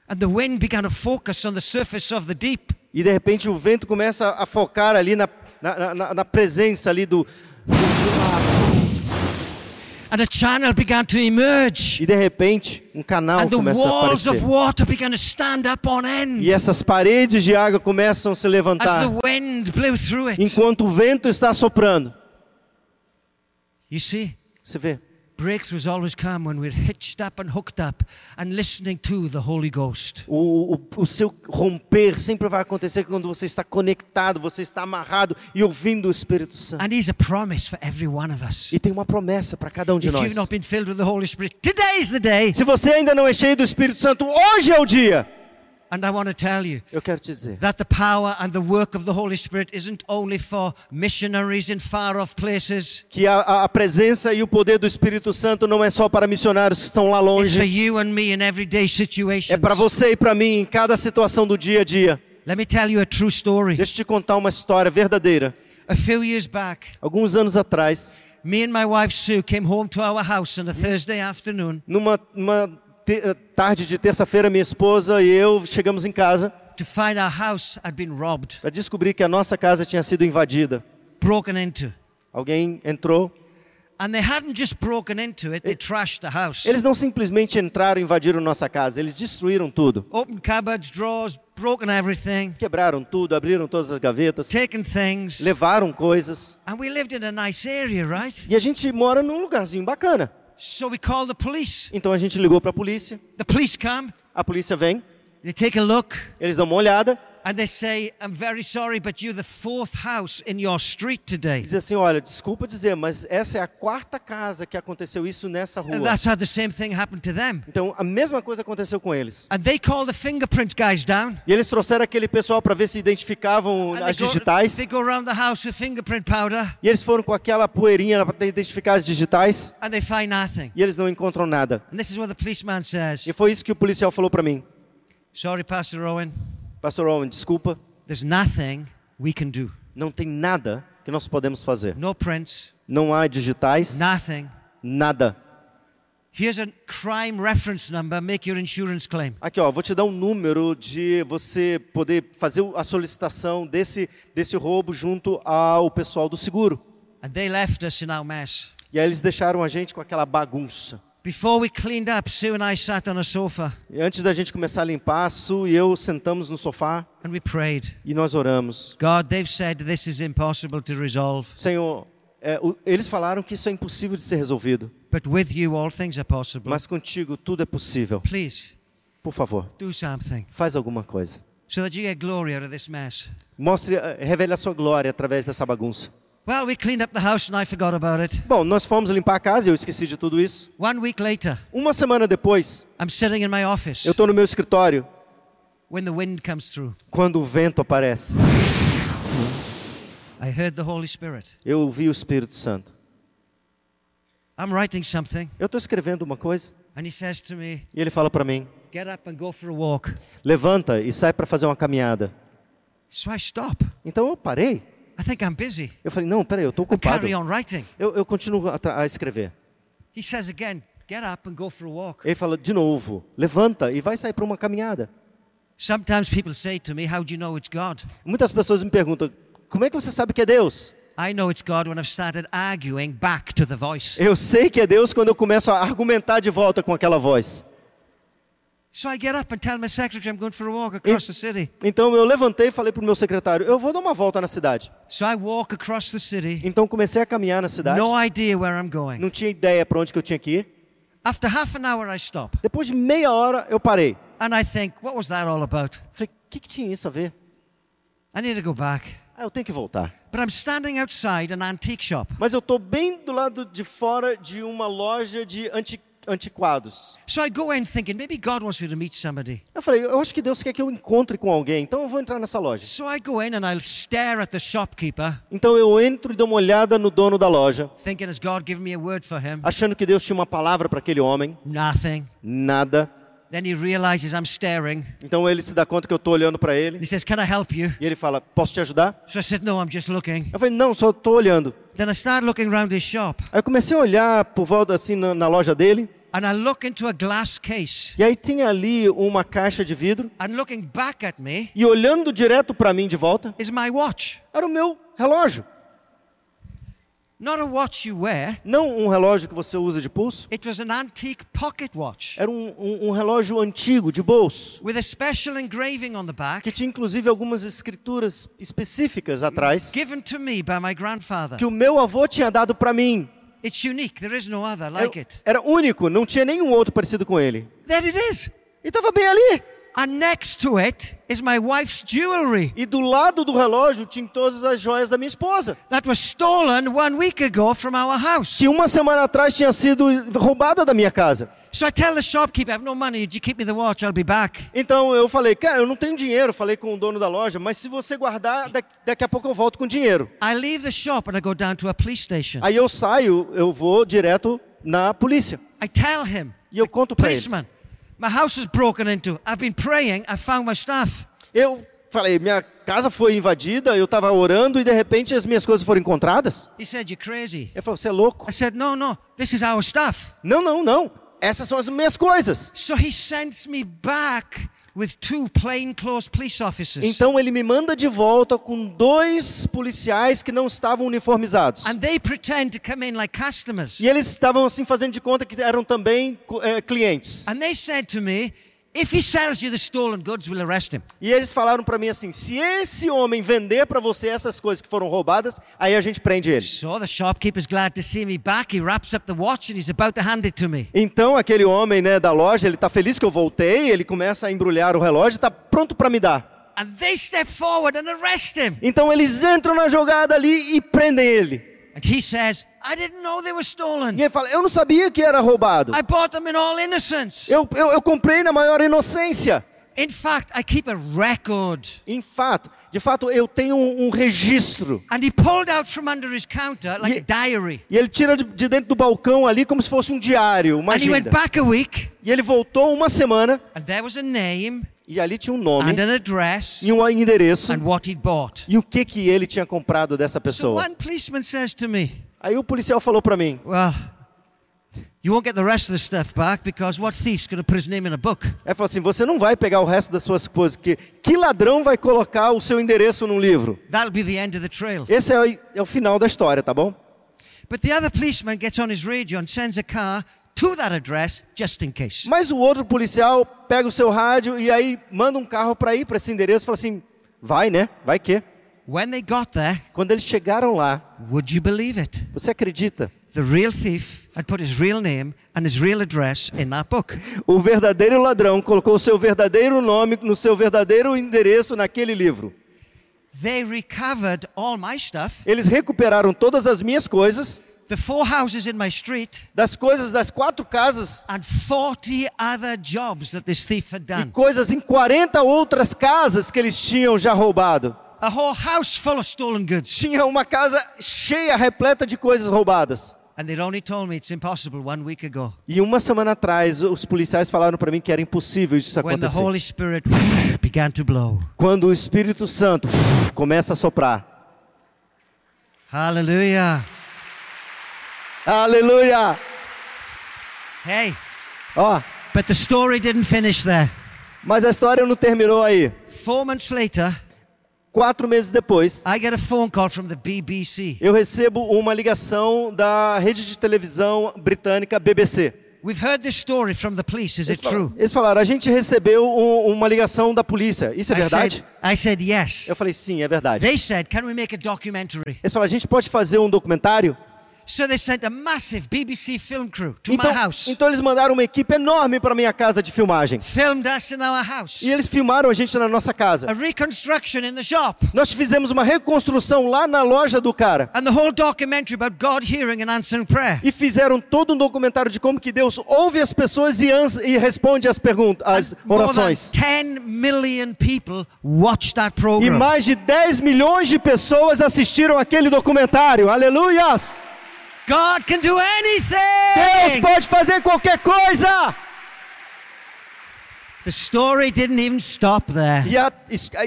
C: and the wind began to focus on the surface of the deep.
D: E de repente o vento começa a focar ali na, na, na- na presença ali do.
C: And a channel began to emerge.
D: E de repente um canal
C: And the
D: começa a
C: Ah, walls of
D: aparecer.
C: water began to stand up on end
D: E essas paredes de água começam a se
C: as
D: levantar
C: the wind blew through it.
D: enquanto o vento está soprando.
C: You see,
D: Você vê?
C: breakthroughs always come when we're hitched up and hooked up and listening to the Holy Ghost.
D: O, o, o seu romper sempre vai acontecer quando você está conectado, você está amarrado e ouvindo o Espírito Santo.
C: And He's a promise for every one of us.
D: E tem uma promessa para cada um de
C: If
D: nós.
C: you've not been filled with the Holy Spirit, today's the day.
D: Se você ainda não é cheio do Espírito Santo, hoje é o dia.
C: And I want to tell you
D: Eu quero te dizer
C: that the power and the work of the Holy Spirit isn't only for missionaries in far off places,
D: que a- a, a presença e o poder do Espírito Santo não é só para missionários que estão lá
C: it's for
D: longe.
C: you and me in everyday
D: É
C: situations.
D: para você e para mim em cada situação do dia a dia.
C: Let me tell you a true story.
D: Deixa eu te contar uma história verdadeira.
C: A few years back,
D: Alguns anos atrás,
C: me and my wife Sue came home to our house on a Thursday afternoon
D: numa, numa te- eh, tarde de terça-feira, minha esposa e eu chegamos em casa
C: to find our house had been robbed,
D: para descobrir que a nossa casa tinha sido invadida.
C: broken into.
D: Alguém entrou.
C: And they hadn't just broken into it, they trashed the house.
D: Eles não simplesmente entraram e invadiram nossa casa, eles destruíram tudo.
C: Opened cupboards, drawers, broken everything,
D: Quebraram tudo, abriram todas as gavetas,
C: taken things.
D: levaram coisas.
C: And we lived in a nice area, right?
D: E a gente mora num lugarzinho bacana.
C: So we called the police.
D: Então a gente ligou para a polícia,
C: The police come,
D: a polícia vem,
C: they take a look,
D: eles dão uma olhada
C: and they say, I'm very sorry, but you're the fourth house in your street
D: e
C: today.
D: dizem assim: olha, desculpa dizer, mas essa é a quarta casa que aconteceu isso nessa
C: And
D: rua.
C: that's how the same thing happened to them.
D: Então a mesma coisa aconteceu com eles.
C: And they call the fingerprint guys down.
D: E eles trouxeram aquele pessoal para ver se identificavam
C: And
D: as
C: they, go,
D: digitais.
C: they go around the house with fingerprint powder
D: E eles foram com aquela poeirinha para identificar as digitais
C: and they find nothing.
D: e eles não encontram nada.
C: And this is what the policeman says.
D: E foi isso que o policial falou para mim.
C: Sorry, Pastor Owen,
D: Pastor Owen, desculpa,
C: there's nothing we can do.
D: não tem nada que nós podemos fazer.
C: No prints,
D: Não há digitais,
C: nothing.
D: nada.
C: Here's a crime reference number, make your insurance claim.
D: Aqui, ó, vou te dar um número de você poder fazer a solicitação desse, desse roubo junto ao pessoal do seguro.
C: And they left us in our mess.
D: E aí eles deixaram a gente com aquela bagunça.
C: Before we cleaned up, Sue and I sat on a sofa
D: E antes da gente começar a limpar, a Su e eu sentamos no sofá
C: and we prayed.
D: e nós oramos.
C: God, they've said this is impossible to resolve,
D: Senhor, é, o- eles falaram que isso é impossível de ser resolvido,
C: but with you all things are possible.
D: mas contigo tudo é possível.
C: Please
D: Por favor,
C: do something
D: faz alguma coisa.
C: so that you get glory out of this mess.
D: Mostre, eh, revele a sua glória através dessa bagunça.
C: Well, we cleaned up the house and I forgot about it.
D: Bom, nós fomos limpar a casa e eu esqueci de tudo isso.
C: One week later,
D: Uma semana depois,
C: I'm sitting in my office
D: eu estou no meu escritório
C: when the wind comes through.
D: quando o vento aparece.
C: I heard the Holy Spirit.
D: Eu ouvi o Espírito Santo.
C: I'm writing something
D: Eu estou escrevendo uma coisa
C: and he says to me,
D: e ele fala para mim:
C: Get up and go for a walk.
D: levanta e sai para fazer uma caminhada.
C: So I stop.
D: Então eu parei.
C: I think I'm busy.
D: Eu falei: não, peraí, eu estou
C: I
D: ocupado.
C: carry on writing.
D: Eu, eu continuo a, tra- a escrever.
C: He says again, Get up and go for a walk.
D: Ele fala de novo: levanta e vai sair para uma caminhada.
C: Sometimes people say to me, How do you know it's God?
D: Muitas pessoas me perguntam: como é que você sabe que é Deus?
C: I know it's God when I've started arguing back to the voice.
D: Eu sei que é Deus quando eu começo a argumentar de volta com aquela voz.
C: So I get up and tell my secretary I'm going for a walk across the city.
D: Então eu levantei e falei pro meu secretário: eu vou dar uma volta na cidade.
C: So I walk across the city,
D: Então comecei a caminhar na cidade.
C: no idea where I'm going.
D: Não tinha ideia para onde que eu tinha que ir.
C: After half an hour, I stop
D: Depois de meia hora eu parei.
C: and I think, What was that all about?
D: Falei: o que, que tinha isso a ver?
C: I need to go back.
D: Ah, eu tenho que voltar.
C: But I'm standing outside an antique shop.
D: Mas eu tô bem do lado de fora de uma loja de anti- antiquados.
C: So I go in thinking, Maybe God wants me to meet somebody.
D: Eu falei: eu acho que Deus quer que eu encontre com alguém. Então eu vou entrar nessa loja.
C: So I go in and I'll stare at the shopkeeper,
D: Então eu entro e dou uma olhada no dono da loja,
C: thinking, Has God given me a word for him?
D: achando que Deus tinha uma palavra para aquele homem.
C: Nothing.
D: Nada.
C: Then he realizes I'm staring.
D: Então ele se dá conta que eu estou olhando para ele
C: He says, Can I help you?
D: e ele fala: "Posso te ajudar?"
C: So I said, No, I'm just looking.
D: Eu falei: "Não, só estou olhando."
C: Then I started looking around his shop.
D: Aí eu comecei a olhar por volta assim na, na loja dele
C: and I look into a glass case.
D: E aí tinha ali uma caixa de vidro
C: And looking back at me
D: e olhando direto para mim de volta,
C: is my watch.
D: era o meu relógio.
C: Not a watch you wear,
D: Não um relógio que você usa de pulso,
C: it was an antique pocket watch
D: era um, um- um relógio antigo, de bolso,
C: with a special engraving on the back
D: que tinha inclusive algumas escrituras específicas atrás,
C: given to me by my grandfather.
D: que o meu avô tinha dado para mim.
C: It's unique, there is no other
D: Era,
C: like it.
D: era único, não tinha nenhum outro parecido com ele.
C: There it is.
D: E estava bem ali.
C: And next to it is my wife's jewelry
D: E do lado do relógio tinha todas as joias da minha esposa,
C: that was stolen one week ago from our house.
D: que uma semana atrás tinha sido roubada da minha casa.
C: So I tell the shopkeeper, I have no money. You keep me the watch, I'll be back.
D: Então eu falei, cara, eu não tenho dinheiro, falei com o dono da loja, mas se você guardar, da- daqui a pouco eu volto com dinheiro.
C: I leave the shop and I go down to a police station.
D: Aí eu saio, eu vou direto na polícia.
C: I tell him,
D: E eu conto pra eles.
C: policeman, my house is broken into. I've been praying. I found my stuff.
D: Eu falei, minha casa foi invadida, eu estava orando e de repente as minhas coisas foram encontradas.
C: He said, you're crazy.
D: Eu falei, você é louco?
C: I said, no, no, this is our stuff.
D: Não, não, não. Essas são as minhas coisas.
C: So he sends me back with two plainclothes police officers.
D: Então ele me manda de volta com dois policiais que não estavam uniformizados.
C: and they pretend to come in like customers.
D: E eles estavam assim fazendo de conta que eram também co- eh, clientes.
C: And they said to me, if he sells you the stolen goods, we'll arrest him.
D: E eles falaram pra mim assim: se esse homem vender pra você essas coisas que foram roubadas, aí a gente prende ele.
C: So the shopkeeper's glad to see me back. He wraps up the watch and he's about to hand it to me.
D: Então aquele homem né, da loja, ele tá feliz que eu voltei, ele começa a embrulhar o relógio, tá pronto pra me dar.
C: And they step forward and arrest him.
D: Então eles entram na jogada ali e prendem ele.
C: And he says, I didn't know they were stolen.
D: E ele fala: eu não sabia que era roubado.
C: I bought them in all innocence.
D: Eu, eu, eu comprei na maior inocência.
C: In fact, I keep a record.
D: Em fato, de fato, eu tenho um, um registro.
C: And he pulled out from under his counter like
D: Ye-
C: a diary.
D: E ele tira de, de dentro do balcão ali como se fosse um diário, uma
C: And he went
D: agenda.
C: back a week,
D: E ele voltou uma semana
C: and there was a name
D: e ali tinha um nome
C: and an address
D: e um endereço
C: and what he'd bought.
D: e o que que ele tinha comprado dessa
C: So
D: pessoa.
C: one policeman says to me,
D: Aí o policial falou pra mim:
C: Well, you won't get the rest of the stuff back because what thief's going to put his name in a book?
D: Ele falou assim: você não vai pegar o resto das suas coisas, porque que ladrão vai colocar o seu endereço num livro?
C: That'll be the end of the trail.
D: Esse é o, é o final da história, tá bom?
C: But the other policeman gets on his radio and sends a car to that address just in case.
D: Mas o outro policial pega o seu rádio e aí manda um carro pra ir pra esse endereço e fala assim: vai né? Vai que?
C: When they got there,
D: Quando eles chegaram lá,
C: would you believe it?
D: você acredita?
C: The real thief had put his real name and his real address in that book.
D: O verdadeiro ladrão colocou o seu verdadeiro nome no seu verdadeiro endereço naquele livro.
C: They recovered all my stuff,
D: Eles recuperaram todas as minhas coisas,
C: the four houses in my street,
D: das coisas das quatro casas
C: and 40 other jobs that this thief had
D: e
C: done.
D: coisas em 40 outras casas que eles tinham já roubado.
C: A whole house full of stolen goods.
D: Tinha uma casa cheia, repleta de coisas roubadas.
C: And they'd only told me it's impossible one week ago.
D: E uma semana atrás, os policiais falaram para mim que era impossível isso
C: when the
D: acontecer.
C: Holy Spirit began to blow.
D: Quando o Espírito Santo começa a soprar.
C: Hallelujah.
D: Aleluia!
C: Hey,
D: Ó,
C: but the story didn't finish there.
D: mas a história não terminou aí.
C: Four months later,
D: Quatro meses depois,
C: I get a phone call from the BBC.
D: eu recebo uma ligação da rede de televisão britânica BBC.
C: We've heard this story from the police. Is it true?
D: Eles falaram, a gente recebeu um- uma ligação da polícia. Isso é
C: I said,
D: verdade?
C: I said yes.
D: Eu falei, sim, é verdade.
C: They said, can we make a documentary?
D: Eles falaram, a gente pode fazer um documentário?
C: So they sent a massive BBC film crew to
D: Então,
C: my house.
D: então eles mandaram uma equipe enorme para minha casa de filmagem.
C: filmed us in our house.
D: E eles filmaram a gente na nossa casa.
C: A reconstruction in the shop.
D: Nós fizemos uma reconstrução lá na loja do cara.
C: And the whole documentary about God hearing and answering prayer.
D: E fizeram todo um documentário de como que Deus ouve as pessoas e, ans- e responde as perguntas, as
C: More than
D: orações.
C: 10 million people watched that
D: E
C: program.
D: mais de 10 milhões de pessoas assistiram aquele documentário. Aleluias!
C: God can do
D: Deus
C: anything.
D: pode fazer qualquer coisa!
C: The story didn't even stop there.
D: E a,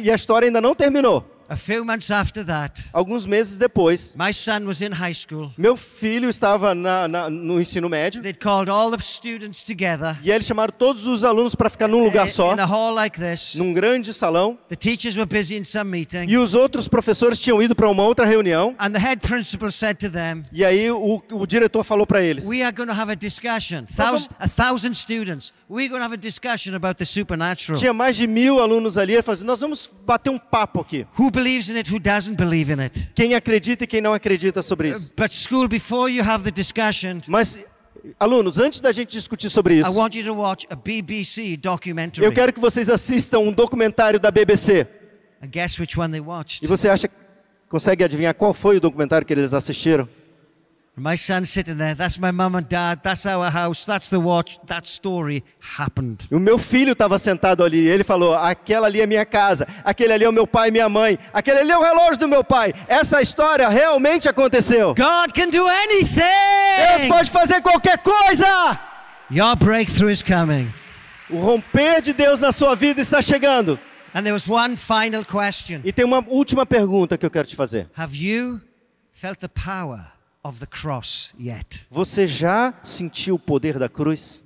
D: e a história ainda não terminou.
C: A few months after that,
D: Alguns meses depois,
C: my son was in high school.
D: meu filho estava na- na- no ensino médio
C: They'd called all the students together eh,
D: e eles chamaram todos os alunos para ficar num lugar só,
C: in a hall like this.
D: num grande salão.
C: The teachers were busy in some meeting,
D: E os outros professores tinham ido para uma outra reunião.
C: and the head principal said to them,
D: E aí o, o diretor falou para eles:
C: We are going to have a discussion. Thousand, a thousand students. We're going to have a discussion about the supernatural.
D: tinha mais de mil alunos ali. Ele falou assim, Nós vamos bater um papo aqui.
C: Who believes in it? Who doesn't believe in it?
D: Quem acredita e quem não acredita sobre isso.
C: But school, before you have the discussion,
D: Mas, alunos, antes da gente discutir sobre
C: I
D: isso,
C: want you to watch a BBC documentary.
D: eu quero que vocês assistam um documentário da BBC.
C: And guess which one they watched?
D: E você acha, consegue adivinhar qual foi o documentário que eles assistiram?
C: My son's sitting there. That's my mum and dad. That's our house. That's the watch. That story happened.
D: E o meu filho estava sentado ali e ele falou: aquela ali é minha casa, aquele ali é o meu pai e minha mãe, aquele ali é o relógio do meu pai. Essa história realmente aconteceu.
C: God can do
D: Deus
C: anything.
D: pode fazer qualquer coisa!
C: Your breakthrough is coming.
D: O romper de Deus na sua vida está chegando.
C: And there was one final question.
D: E tem uma última pergunta que eu quero te fazer.
C: Have you felt the power of the cross yet?
D: Você já sentiu o poder da cruz?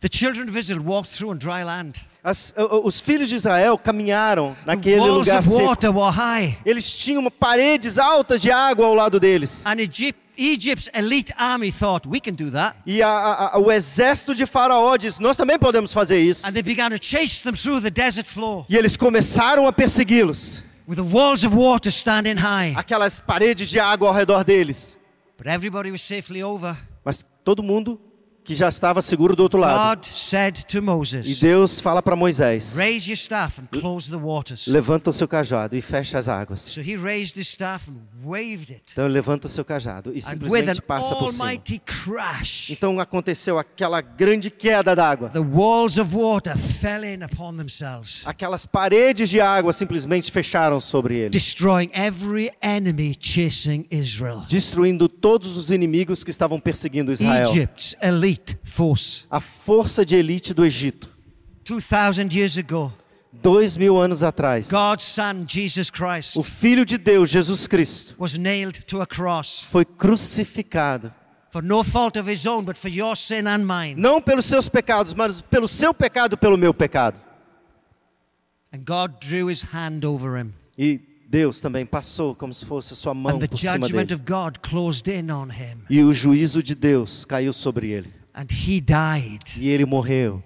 C: The children of Israel walked through on dry land.
D: As- o- o- os filhos de Israel caminharam
C: The
D: naquele
C: walls
D: lugar
C: of
D: seco.
C: water were high.
D: Eles tinham uma- paredes altas de água ao lado deles.
C: And Egypt, Egypt's elite army thought, we can do that.
D: E a- a- a- o exército de Faraó diz: Nós também podemos fazer isso.
C: And they began to chase them through the desert floor
D: E eles começaram a persegui-los.
C: with the walls of water standing high.
D: Aquelas paredes de água ao redor deles.
C: But everybody was safely over.
D: Mas todo mundo que já estava seguro do outro lado.
C: God said to
D: E
C: Moses,
D: Deus fala para Moisés:
C: Raise your staff and close the waters.
D: Levanta o seu cajado e fecha as águas.
C: So he raised his staff and waved it.
D: Então ele levanta o seu cajado
C: And
D: e
C: with an
D: simplesmente passa por cima.
C: almighty crash,
D: Então aconteceu aquela grande queda d'água.
C: the walls of water fell in upon themselves,
D: Aquelas paredes de água simplesmente fecharam sobre ele,
C: destroying every enemy chasing Israel.
D: destruindo todos os inimigos que estavam perseguindo Israel.
C: Egypt's elite force.
D: A força de elite do Egito,
C: 2,000 years ago,
D: dois mil anos atrás,
C: God's son, Jesus Christ,
D: o Filho de Deus, Jesus Cristo,
C: was nailed to a cross
D: foi crucificado.
C: for no fault of his own, but for your sin and mine.
D: Não pelos seus pecados, mas pelo seu pecado, pelo meu pecado.
C: And God drew his hand over him.
D: E Deus também passou como se fosse a sua mão
C: And the
D: por cima
C: judgment
D: dele.
C: of God closed in on him.
D: E o juízo de Deus caiu sobre ele.
C: And he died
D: E ele morreu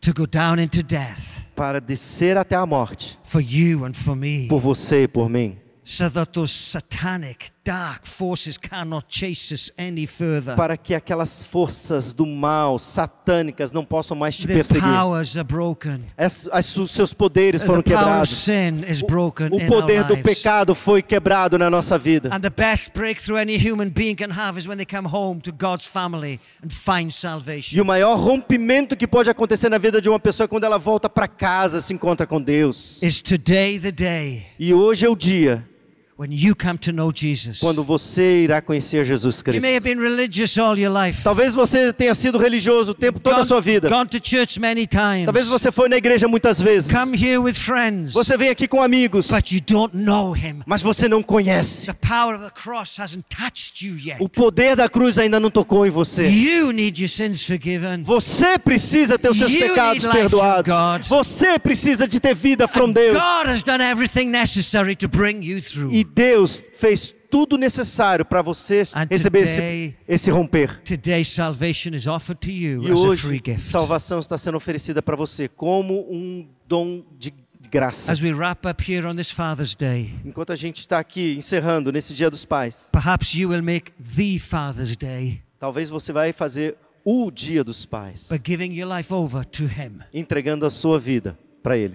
C: to go down into death
D: para descer até a morte,
C: for you and for me,
D: por você e por mim.
C: so that those satanic, dark forces cannot chase us any further.
D: para que aquelas forças do mal, satânicas, não possam mais te
C: The
D: perseguir.
C: powers are broken.
D: As, as- os seus poderes foram
C: The power of
D: quebrados.
C: sin is broken
D: O
C: in our
D: poder do
C: lives.
D: pecado foi quebrado na nossa vida.
C: And the best breakthrough any human being can have is when they come home to God's family and find
D: E
C: salvation.
D: o maior rompimento que pode acontecer na vida de uma pessoa é quando ela volta para casa, se encontra com Deus.
C: Is today the day
D: E hoje é o dia
C: when you come to know Jesus?
D: quando você irá conhecer Jesus
C: You may
D: Cristo.
C: have been religious all your life.
D: Talvez você tenha sido religioso o tempo toda a sua vida.
C: gone to church many times.
D: Talvez você foi na igreja muitas vezes.
C: come here with friends,
D: Você vem aqui com amigos,
C: but you don't know him.
D: mas você não conhece.
C: The power of the cross hasn't touched you yet.
D: O poder da cruz ainda não tocou em você.
C: You need your sins forgiven.
D: Você precisa ter os seus
C: You
D: pecados
C: need life
D: perdoados.
C: from God.
D: Você precisa de ter vida from
C: And
D: Deus.
C: God has done everything necessary to bring you through.
D: E Deus fez tudo necessário para você
C: And
D: receber
C: today-
D: esse, esse romper.
C: Today, salvation is offered to you
D: E
C: as a free
D: hoje,
C: gift.
D: salvação está sendo oferecida para você como um dom de graça.
C: As we wrap up here on this Father's Day,
D: Enquanto a gente está aqui encerrando nesse Dia dos Pais,
C: perhaps you will make the Father's Day
D: talvez você vai fazer o Dia dos Pais,
C: by giving your life over to Him.
D: entregando a sua vida para Ele.